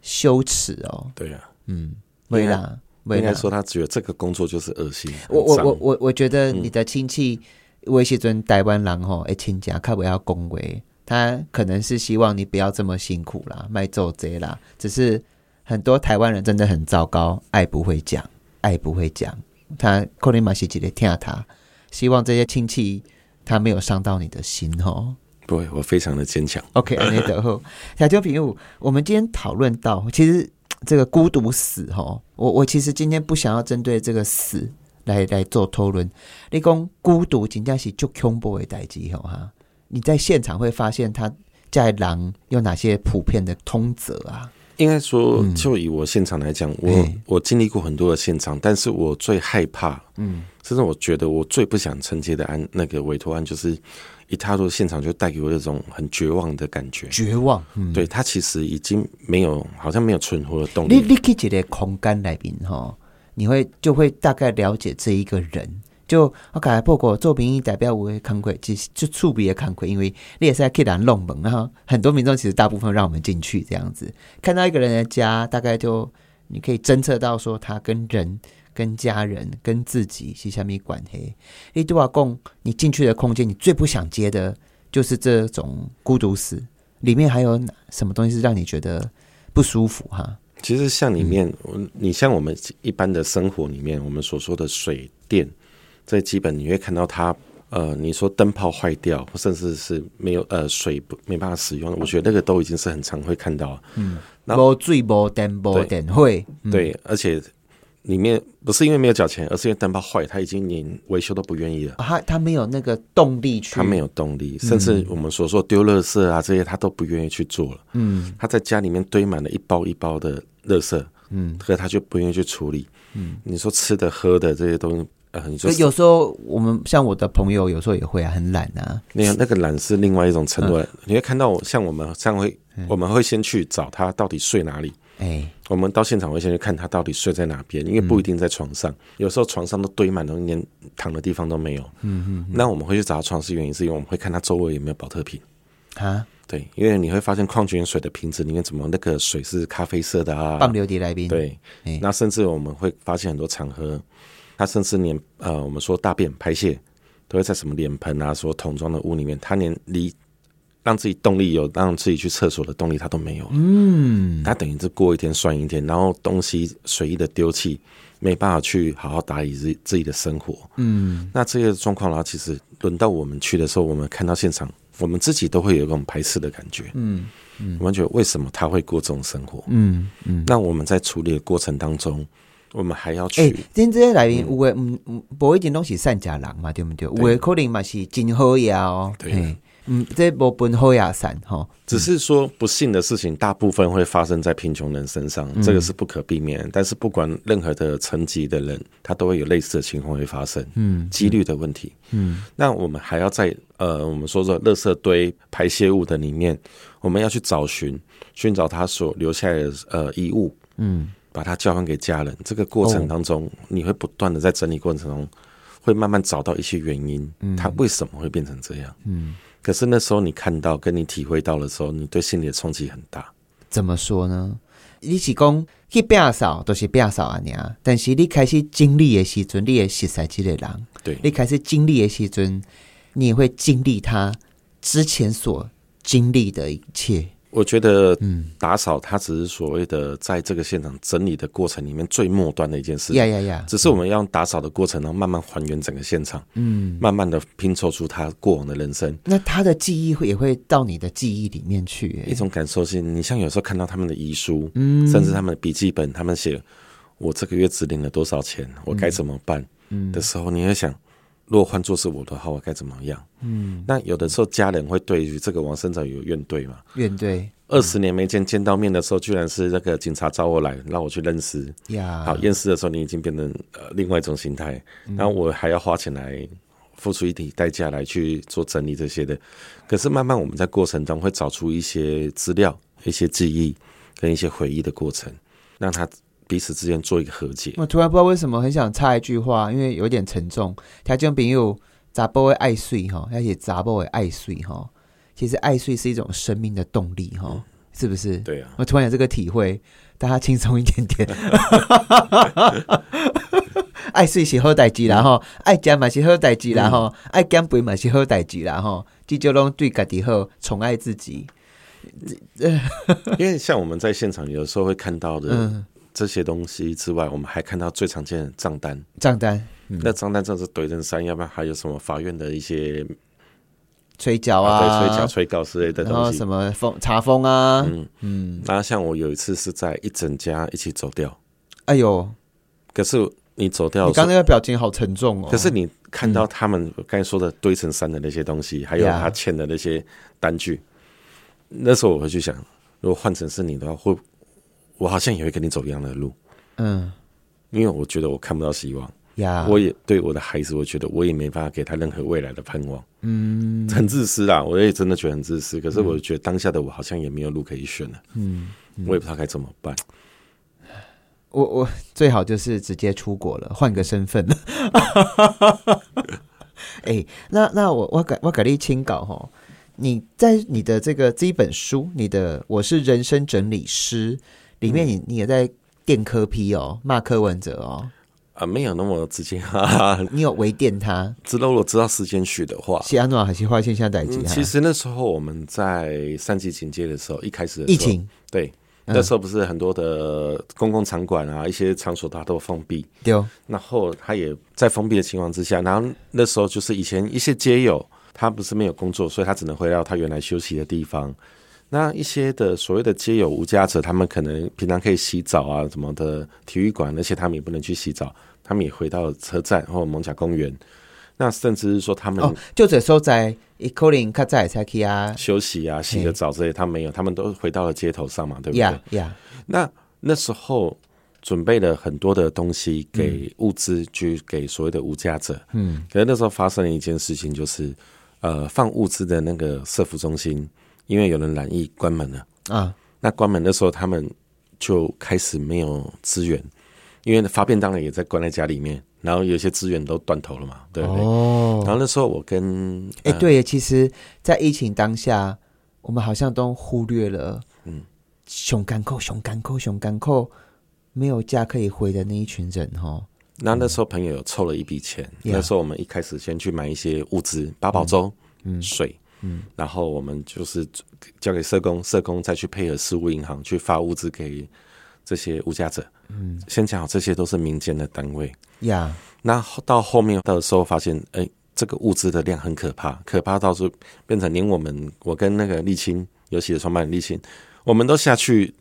[SPEAKER 1] 羞耻哦，
[SPEAKER 2] 对啊，
[SPEAKER 1] 嗯，没啦，没
[SPEAKER 2] 应该
[SPEAKER 1] 啦，
[SPEAKER 2] 说他觉得这个工作就是恶心，
[SPEAKER 1] 我
[SPEAKER 2] 很
[SPEAKER 1] 我
[SPEAKER 2] 脏
[SPEAKER 1] 我我我觉得你的亲戚，我有时阵台湾人吼，诶，亲家较不要恭维，他可能是希望你不要这么辛苦啦，卖做贼啦。只是很多台湾人真的很糟糕，爱不会讲，爱不会讲，他可能嘛是一个听他，希望这些亲戚他没有伤到你的心吼。
[SPEAKER 2] 不会，我非常的坚强。
[SPEAKER 1] OK，安内德后，小酒品物，我们今天讨论到，其实这个孤独死哈，我我其实今天不想要针对这个死来来做讨论。你讲孤独，真正是就恐怖的代志吼哈，你在现场会发现他在狼有哪些普遍的通则啊？
[SPEAKER 2] 应该说，就以我现场来讲，我
[SPEAKER 1] 嘿
[SPEAKER 2] 我经历过很多的现场，但是我最害怕，嗯，甚至我觉得我最不想承接的案，那个委托案，就是一踏入现场就带给我这种很绝望的感觉。
[SPEAKER 1] 绝望。嗯，
[SPEAKER 2] 对他其实已经没有，好像没有存活的动
[SPEAKER 1] 你
[SPEAKER 2] 力。
[SPEAKER 1] 你去一个空间内面吼，你会就会大概了解这一个人。就啊我感觉，不过做民意代表我的工作，其实就触别的工作，因为你也是在去人弄门，然后很多民众其实大部分让我们进去这样子，看到一个人的家，大概就你可以侦测到说他跟人、跟家人、跟自己是下面管黑。你对我讲，你进去的空间，你最不想接的就是这种孤独死，里面还有哪什么东西是让你觉得不舒服哈、
[SPEAKER 2] 其实像里面，我
[SPEAKER 1] 嗯
[SPEAKER 2] 你像我们一般的生活里面，我们所说的水电，这基本你会看到它，呃，你说灯泡坏掉，甚至是没有呃水不没办法使用，我觉得那个都已经是很常会看到了。那
[SPEAKER 1] 无水无电无
[SPEAKER 2] 对
[SPEAKER 1] 电会，
[SPEAKER 2] 对，而且里面不是因为没有缴钱，而是因为灯泡坏，他已经连维修都不愿意了。
[SPEAKER 1] 啊他他没有那个动力去，
[SPEAKER 2] 他没有动力，甚至我们所说丢垃圾啊这些，他都不愿意去做了。嗯，他在家里面堆满了一包一包的垃圾，嗯，可他就不愿意去处理。嗯，你说吃的喝的这些东西，呃，你说
[SPEAKER 1] 有时候我们像我的朋友，有时候也会啊，很懒啊，
[SPEAKER 2] 那样那个懒是另外一种沉沦。你会看到我，像我们像会，我们会先去找他到底睡哪里。
[SPEAKER 1] 哎、
[SPEAKER 2] 我们到现场会先去看他到底睡在哪边，因为不一定在床上，有时候床上都堆满了，连躺的地方都没有。嗯嗯。那我们会去找他床是原因，是因为我们会看他周围有没有保特瓶。
[SPEAKER 1] 啊，
[SPEAKER 2] 对，因为你会发现矿泉水的瓶子里面怎么那个水是咖啡色的啊？
[SPEAKER 1] 放流迪来宾，，
[SPEAKER 2] 对
[SPEAKER 1] 哎，
[SPEAKER 2] 那甚至我们会发现很多场合，他甚至连呃，我们说大便排泄都会在什么脸盆啊、说桶装的屋里面，他连离让自己动力有让自己去厕所的动力他都没有。嗯，他等于是过一天算一天，然后东西随意的丢弃，没办法去好好打理自己自己的生活。嗯，那这些状况啦，其实轮到我们去的时候，我们看到现场，我们自己都会有一种排斥的感觉。嗯。我们觉得为什么他会过这种生活？
[SPEAKER 1] 嗯嗯，
[SPEAKER 2] 那我们在处理的过程当中，我们还要去、
[SPEAKER 1] 哎、今天这些来宾有诶，嗯嗯，无一定拢是善假人嘛，对不对？有诶可能嘛是真好呀哦，
[SPEAKER 2] 对啊
[SPEAKER 1] 嘿，嗯，这无分好呀善吼，
[SPEAKER 2] 只是说不幸的事情，大部分会发生在贫穷人身上，这个是不可避免。但是不管任何的层级的人，他都会有类似的情况会发生，嗯，几率的问题，嗯。那我们还要在呃，我们说说垃圾堆、排泄物的里面，我们要去找寻寻找他所留下来的呃遗物，嗯，哦把它交还给家人。这个过程当中，你会不断的在整理过程中，会慢慢找到一些原因，它为什么会变成这样，嗯。可是那时候你看到跟你体会到的时候，你对心理的冲击很大。
[SPEAKER 1] 怎么说呢？你是讲去摒扫都是摒扫啊，尔，但是你开始经历的时阵，你会识识即个人。
[SPEAKER 2] 对，
[SPEAKER 1] 你开始经历的时阵，你也会经历他之前所经历的一切。
[SPEAKER 2] 我觉得打扫它只是所谓的在这个现场整理的过程里面最末端的一件事
[SPEAKER 1] 呀呀呀！
[SPEAKER 2] 只是我们要用打扫的过程，然后慢慢还原整个现场，嗯，慢慢的拼凑出他过往的人生。
[SPEAKER 1] 那他的记忆会也会到你的记忆里面去耶、
[SPEAKER 2] 一种感受是，你像有时候看到他们的遗书，嗯，甚至他们的笔记本，他们写我这个月只领了多少钱，我该怎么办？嗯的时候，你会想，如果换做是我的话，我该怎么样？嗯，那有的时候家人会对于这个王生长有怨怼嘛？
[SPEAKER 1] 怨对
[SPEAKER 2] 二十年没见，见到面的时候，居然是那个警察找我来，让我去认尸。
[SPEAKER 1] 呀，
[SPEAKER 2] 好，验尸的时候，你已经变成呃另外一种心态，
[SPEAKER 1] 嗯
[SPEAKER 2] 然后我还要花钱来付出一点代价来去做整理这些的。可是慢慢我们在过程中会找出一些资料、一些记忆跟一些回忆的过程，让他彼此之间做一个和解。
[SPEAKER 1] 我突然不知道为什么很想插一句话，因为有点沉重。条件朋友，杂波会爱睡哈，而且杂波会爱睡哈。其实爱睡是一种生命的动力哈，是不是？
[SPEAKER 2] 对啊，
[SPEAKER 1] 我突然有这个体会，大家轻松一点点。爱睡是好代志啦吼，爱食嘛是好代志啦吼，爱减肥嘛是好代志啦吼，至少拢对家己好，宠爱自己。
[SPEAKER 2] 因为像我们在现场有时候会看到的
[SPEAKER 1] 嗯
[SPEAKER 2] 这些东西之外，我们还看到最常见的账单。
[SPEAKER 1] 账单、
[SPEAKER 2] 那账单真的是怼成山，要不然还有什么法院的一些
[SPEAKER 1] 催缴
[SPEAKER 2] 啊，
[SPEAKER 1] 啊，
[SPEAKER 2] 对催缴、催告之类的
[SPEAKER 1] 然后
[SPEAKER 2] 东西嗯
[SPEAKER 1] 什。么风查封啊，
[SPEAKER 2] 那像我有一次是在一整家一起走掉，
[SPEAKER 1] 哎呦，
[SPEAKER 2] 可是你走掉
[SPEAKER 1] 你
[SPEAKER 2] 的时
[SPEAKER 1] 刚
[SPEAKER 2] 候，
[SPEAKER 1] 那个表情好沉重哦。
[SPEAKER 2] 可是你看到他们刚才说的堆成山的那些东西，还有
[SPEAKER 1] Yeah
[SPEAKER 2] 他欠的那些单据，那时候我会去想，如果换成是你的话，会我好像也会跟你走一样的路，
[SPEAKER 1] 嗯
[SPEAKER 2] 因为我觉得我看不到希望，
[SPEAKER 1] 呀，
[SPEAKER 2] 我也对我的孩子，我觉得我也没办法给他任何未来的盼望，嗯，很自私啦，我也真的觉得很自私。可是我觉得当下的我好像也没有路可以选了，
[SPEAKER 1] 嗯，
[SPEAKER 2] 我也不知道该怎么办。
[SPEAKER 1] 我我最好就是直接出国了，换个身份。 哎、那那我我改我改立清稿哈，你在你的这个这一本书，你的我是人生整理师里
[SPEAKER 2] 嗯
[SPEAKER 1] 面你，你、也在电科批哦，骂柯文哲哦，
[SPEAKER 2] 啊，没有那么直接 哈哈。
[SPEAKER 1] 你有围电他，
[SPEAKER 2] 知道我知道时间序的话，
[SPEAKER 1] 是安诺还是坏现象代际
[SPEAKER 2] 嗯，
[SPEAKER 1] 哈
[SPEAKER 2] 其？实那时候我们在三级警戒的时候，一开始的时候
[SPEAKER 1] 疫情嗯
[SPEAKER 2] 对，那时候不是很多的公共场馆啊，一些场所它都封闭，
[SPEAKER 1] 丢，
[SPEAKER 2] 然后他也在封闭的情况之下，然后那时候就是以前一些街友，他不是没有工作，所以他只能回到他原来休息的地方。那一些的所谓的街友无家者，他们可能平常可以洗澡啊什么的体育馆，而且他们也不能去洗澡，他们也回到车站或蒙甲公园。那甚至是说他们
[SPEAKER 1] 哦，就这所在，一可能较早才去啊，
[SPEAKER 2] 休息啊、洗个澡之类，他没有，他们都回到了街头上嘛，对不对
[SPEAKER 1] 呀呀，
[SPEAKER 2] 那那时候准备了很多的东西给物资，去给所谓的无家者。嗯，可是那时候发生了一件事情，就是呃，放物资的那个社服中心，因为有人染疫关门了。
[SPEAKER 1] 啊，
[SPEAKER 2] 那关门的时候，他们就开始没有资源，因为发便当的也在关在家里面，然后有些资源都断头了嘛，对不对？
[SPEAKER 1] 哦，
[SPEAKER 2] 然后那时候我跟
[SPEAKER 1] 哎、对耶，其实，在疫情当下，我们好像都忽略了，嗯
[SPEAKER 2] 嗯，
[SPEAKER 1] 熊干扣、熊干扣、熊干扣，没有家可以回的那一群人哦，
[SPEAKER 2] 那那时候朋友有凑了一笔钱，
[SPEAKER 1] Yeah
[SPEAKER 2] 那时候我们一开始先去买一些物资，八宝粥、水，然后我们就是交给社工，社工再去配合事务银行去发物资给这些无家者。嗯，先讲好，这些都是民间的单位。
[SPEAKER 1] 呀、
[SPEAKER 2] 那后到后面的时候发现，哎、这个物资的量很可怕，可怕到是变成连我们，我跟那个沥青游戏的创办人沥青，我们都下去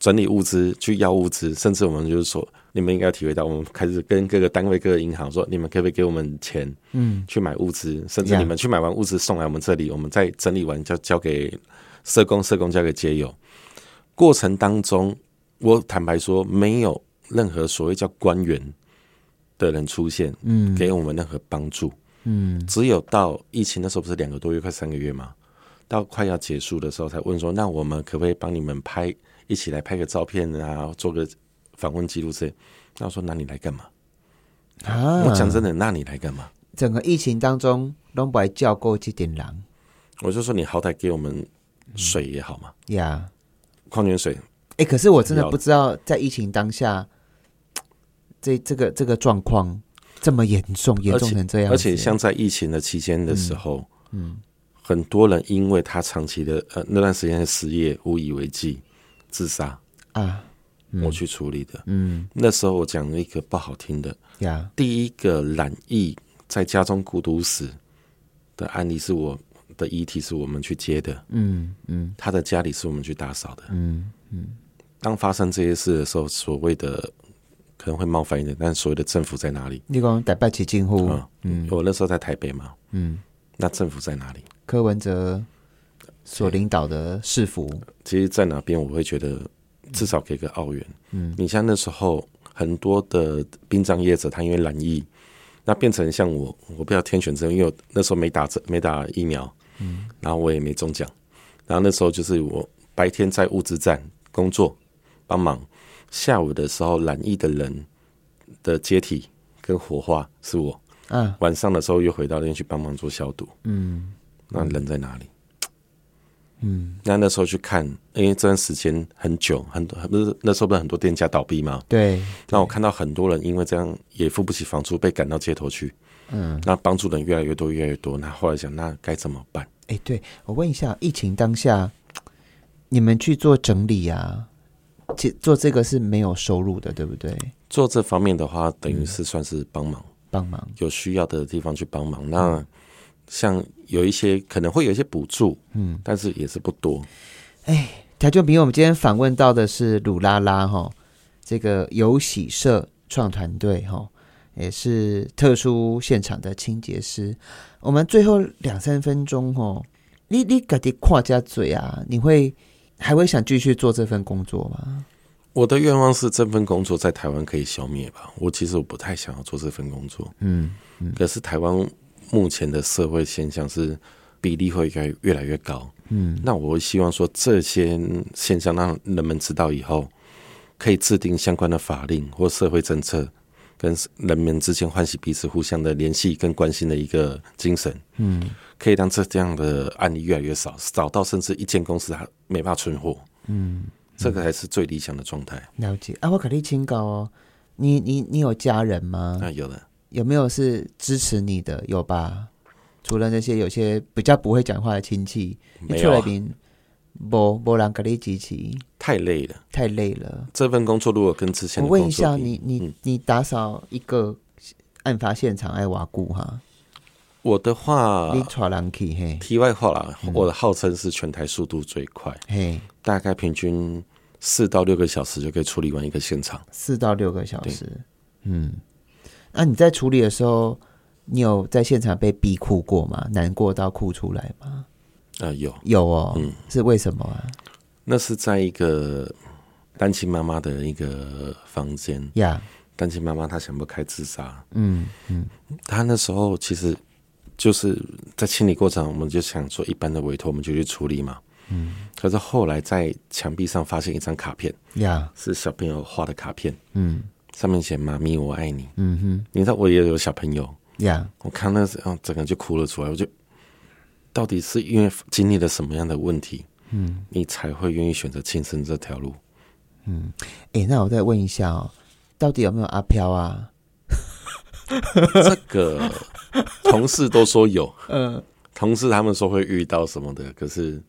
[SPEAKER 2] 整理物资，去要物资，甚至我们就是说，你们应该有体会到，我们开始跟各个单位、各个银行说，你们可不可以给我们钱，嗯，去买物资，甚至
[SPEAKER 1] Yeah
[SPEAKER 2] 你们去买完物资送来我们这里，我们再整理完交交给社工，社工交给街友。过程当中，我坦白说，没有任何所谓叫官员的人出现，嗯，给我们任何帮助，嗯，只有到疫情那时候不是两个多月，快三个月嘛，到快要结束的时候才问说，那我们可不可以帮你们拍，一起来拍个照片啊，做个访问记录之类。那我说，那你来干嘛？
[SPEAKER 1] 啊，
[SPEAKER 2] 我讲真的，那你来干嘛？
[SPEAKER 1] 整个疫情当中，都不叫过这点狼
[SPEAKER 2] 我就说，你好歹给我们水也好嘛，
[SPEAKER 1] 呀，
[SPEAKER 2] 矿泉水
[SPEAKER 1] 哎、可是我真的
[SPEAKER 2] 了
[SPEAKER 1] 不知道，在疫情当下，这这个这个状况这么严重，严重成这样子
[SPEAKER 2] 而且像在疫情的期间的时候，嗯，很多人因为他长期的呃那段时间的失业，无以为继，自杀，
[SPEAKER 1] 啊，
[SPEAKER 2] 我去处理的。
[SPEAKER 1] 嗯
[SPEAKER 2] 那时候我讲了一个不好听的，
[SPEAKER 1] 呀，
[SPEAKER 2] 第一个染疫在家中孤独死的案例是我的遗体是我们去接的，
[SPEAKER 1] 嗯嗯
[SPEAKER 2] 他的家里是我们去打扫的。
[SPEAKER 1] 嗯，
[SPEAKER 2] 当发生这些事的时候，所谓的可能会冒犯一点，但所谓的政府在哪里？
[SPEAKER 1] 你讲台北市政府，
[SPEAKER 2] 啊，嗯，我那时候在台北嘛，
[SPEAKER 1] 嗯
[SPEAKER 2] 那政府在哪里？
[SPEAKER 1] 柯文哲所领导的市府，
[SPEAKER 2] 其实，在哪边我会觉得至少给个澳元。嗯，你像那时候很多的殡葬业者，他因为染疫，那变成像我，我不要天选之人，因为我那时候没打针，没打疫苗，嗯，然后我也没中奖，然后那时候就是我白天在物资站工作帮忙，下午的时候染疫的人的接体跟火化是我，
[SPEAKER 1] 啊，
[SPEAKER 2] 晚上的时候又回到那边去帮忙做消毒。嗯，那人在哪里？嗯，那那时候去看，因为这段时间很久，很多不是那时候不是很多店家倒闭吗？
[SPEAKER 1] 对，
[SPEAKER 2] 那我看到很多人因为这样也付不起房租，被赶到街头去。嗯，那帮助人越来越多，越来越多。那后来想，那该怎么办？
[SPEAKER 1] 哎，对我问一下，疫情当下，你们去做整理啊，其做这个是没有收入的，对不对？
[SPEAKER 2] 做这方面的话，等于是算是帮忙，
[SPEAKER 1] 帮忙，
[SPEAKER 2] 有需要的地方去帮忙。那像有一些可能会有一些补助，嗯，但是也是不多。
[SPEAKER 1] 台中平，我们今天访问到的是鲁拉拉哈、这个有喜社创团队哈、也是特殊现场的清洁师。我们最后两三分钟哦，你你自己跨家嘴啊，你会还会想继续做这份工作吗？
[SPEAKER 2] 我的愿望是这份工作在台湾可以消灭吧。我其实我不太想要做这份工作，
[SPEAKER 1] 嗯，
[SPEAKER 2] 可是台湾目前的社会现象是比例会越来越来越高，
[SPEAKER 1] 嗯，
[SPEAKER 2] 那我会希望说这些现象让人们知道以后，可以制定相关的法令或社会政策，跟人们之间唤起彼此互相的联系跟关心的一个精神，嗯，可以让这这样的案例越来越少，少到甚至一间公司它没办法存活，嗯，这个才是最理想的状态。
[SPEAKER 1] 了解啊。我可以请教哦，你你你有家人吗？
[SPEAKER 2] 那啊有了。
[SPEAKER 1] 有没有是支持你的？有吧？除了那些有些比较不会讲话的亲戚，你
[SPEAKER 2] 没
[SPEAKER 1] 出
[SPEAKER 2] 有
[SPEAKER 1] 来
[SPEAKER 2] 啊，
[SPEAKER 1] 边无无人跟你支持，
[SPEAKER 2] 太累了。
[SPEAKER 1] 太累了。
[SPEAKER 2] 这份工作如果跟之前
[SPEAKER 1] 我
[SPEAKER 2] 的工
[SPEAKER 1] 问
[SPEAKER 2] 作
[SPEAKER 1] 一下，
[SPEAKER 2] 比
[SPEAKER 1] 你你、
[SPEAKER 2] 嗯
[SPEAKER 1] 你打扫一个案发现场爱瓦固哈，
[SPEAKER 2] 我的话
[SPEAKER 1] 你，嗯带人去嘿
[SPEAKER 2] 题外话啦，我的号称是全台速度最快，
[SPEAKER 1] 嘿，
[SPEAKER 2] 大概平均四到六个小时就可以处理完一个现场。
[SPEAKER 1] 四到六个小时。嗯，那、你在处理的时候，你有在现场被逼哭过吗？难过到哭出来吗？
[SPEAKER 2] 啊，有，
[SPEAKER 1] 有哦，
[SPEAKER 2] 嗯
[SPEAKER 1] 是为什么啊？
[SPEAKER 2] 那是在一个单亲妈妈的一个房间，
[SPEAKER 1] 呀、
[SPEAKER 2] 单亲妈妈她想不开自杀，
[SPEAKER 1] 嗯嗯
[SPEAKER 2] 她那时候其实就是在清理过程，我们就想说一般的委托我们就去处理嘛。嗯，可是后来在墙壁上发现一张卡片，
[SPEAKER 1] 呀，
[SPEAKER 2] 是小朋友画的卡片，
[SPEAKER 1] 嗯
[SPEAKER 2] 上面写“妈咪，我爱你”。
[SPEAKER 1] 嗯哼。
[SPEAKER 2] 你知道我也有小朋友，
[SPEAKER 1] 呀
[SPEAKER 2] 我看那时候整个就哭了出来，我就到底是因为经历了什么样的问题，嗯，你才会愿意选择轻生这 条路？
[SPEAKER 1] 诶，那我再问一下哦，到底有没有阿飘啊？
[SPEAKER 2] 这个同事都说有，
[SPEAKER 1] 呃，
[SPEAKER 2] 同事他们说会遇到什么的，可是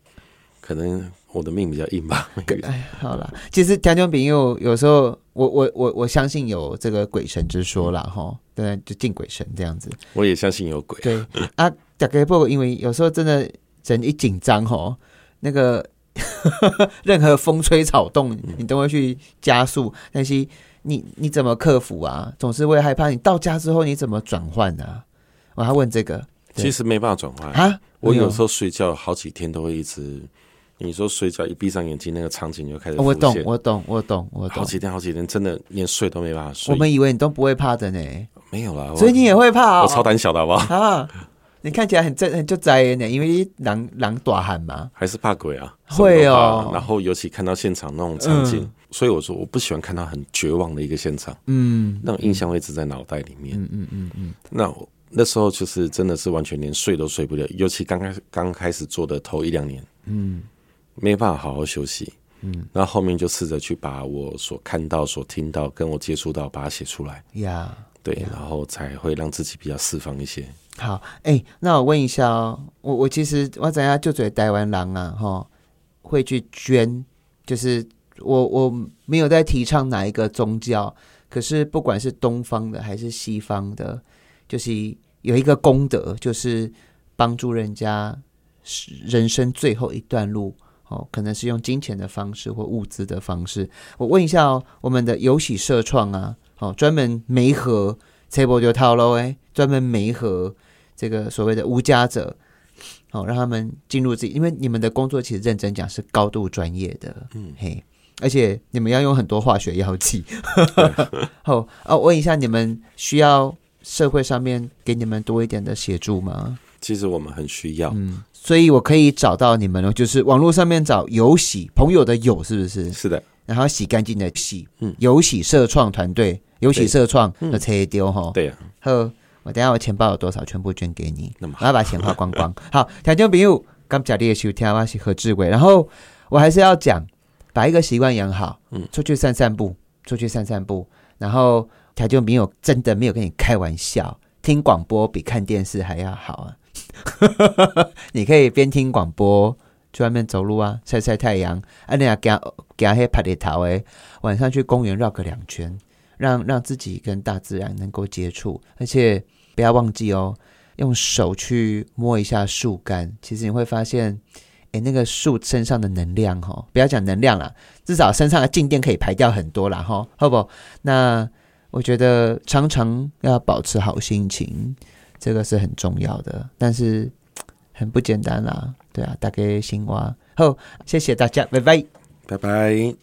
[SPEAKER 2] 可能我的命比较硬 吧。没遇到
[SPEAKER 1] 哎，好啦，其实田中饼佑有时候，我我我我相信有这个鬼神之说啦，哈，对，就敬鬼神这样子。
[SPEAKER 2] 我也相信有鬼，
[SPEAKER 1] 对啊，大概不，因为有时候真的人一紧张吼，那个 任何风吹草动，
[SPEAKER 2] 嗯
[SPEAKER 1] 你都会去加速，但是你你怎么克服啊？总是会害怕。你到家之后你怎么转换啊？我还问这个对
[SPEAKER 2] 其实没办法转换。
[SPEAKER 1] 啊，
[SPEAKER 2] 哎我有时
[SPEAKER 1] 候、
[SPEAKER 2] 候睡觉好几天都会一直，你说睡觉一闭上眼睛，那个场景就开始浮
[SPEAKER 1] 哦我懂
[SPEAKER 2] 现，
[SPEAKER 1] 我懂，我懂，我
[SPEAKER 2] 好
[SPEAKER 1] 懂。
[SPEAKER 2] 几天好几天，真的连睡都没办法睡。
[SPEAKER 1] 我们以为你都不会怕的呢，
[SPEAKER 2] 没有啦，
[SPEAKER 1] 所以你也会怕、哦。
[SPEAKER 2] 我超胆小的好不好？
[SPEAKER 1] 啊！你看起来很正，很就宅的呢，因为你狼狼大汉嘛。
[SPEAKER 2] 还是怕鬼啊，
[SPEAKER 1] 会哦
[SPEAKER 2] 什么都怕然后尤其看到现场那种场景，
[SPEAKER 1] 嗯
[SPEAKER 2] 所以我说我不喜欢看到很绝望的一个现场，
[SPEAKER 1] 嗯
[SPEAKER 2] 那种印象会一直在脑袋里面。
[SPEAKER 1] 嗯嗯嗯嗯，
[SPEAKER 2] 那我那时候就是真的是完全连睡都睡不了，尤其刚开始刚开始做的头一两年，
[SPEAKER 1] 嗯，
[SPEAKER 2] 没办法好好休息。嗯，那后面就试着去把我所看到、所听到、跟我接触到，把它写出来，
[SPEAKER 1] 呀、
[SPEAKER 2] 对，
[SPEAKER 1] 嗯
[SPEAKER 2] 然后才会让自己比较释放一些。
[SPEAKER 1] 好，哎、那我问一下哦，我我其实我怎样就嘴台湾狼啊，哈，会去捐，就是我我没有在提倡哪一个宗教，可是不管是东方的还是西方的，就是有一个功德，就是帮助人家是人生最后一段路。哦，可能是用金钱的方式或物资的方式。我问一下哦，我们的有喜社创啊，哦，专门媒合 table 就套喽，哎，专门媒合这个所谓的无家者，哦，让他们进入自己，因为你们的工作其实认真讲是高度专业的，嗯嘿，而且你们要用很多化学药 剂。哦哦，问一下，你们需要社会上面给你们多一点的协助吗？
[SPEAKER 2] 其实我们很需要，
[SPEAKER 1] 嗯，所以我可以找到你们了，哦就是网络上面找有喜朋友的友是不是？
[SPEAKER 2] 是的，
[SPEAKER 1] 然后洗干净的洗，
[SPEAKER 2] 嗯
[SPEAKER 1] 有喜社创团队，有喜社创的车丢哈，
[SPEAKER 2] 对啊，
[SPEAKER 1] 好，我等一下我钱包有多少，全部捐给你。
[SPEAKER 2] 那么
[SPEAKER 1] 我要把钱花光光。好，听众朋友，感谢你的收听，我是何志伟。然后我还是要讲，把一个习惯养好，
[SPEAKER 2] 嗯
[SPEAKER 1] 出去散散步，出去散散步。然后听众朋友真的没有跟你开玩笑，听广播比看电视还要好啊。 你可以边听广播。去外面走路啊，晒晒太阳。啊，你啊，行行黑爬的头诶，晚上去公园绕个两圈，让让自己跟大自然能够接触，而且不要忘记哦，用手去摸一下树干，其实你会发现，诶，那个树身上的能量哈、哦，不要讲能量啦，至少身上的静电可以排掉很多啦哈、哦，好不好？那我觉得常常要保持好心情，这个是很重要的，但是很不简单啦，对啊，大概新蛙，好，谢谢大家，拜拜。
[SPEAKER 2] 拜拜。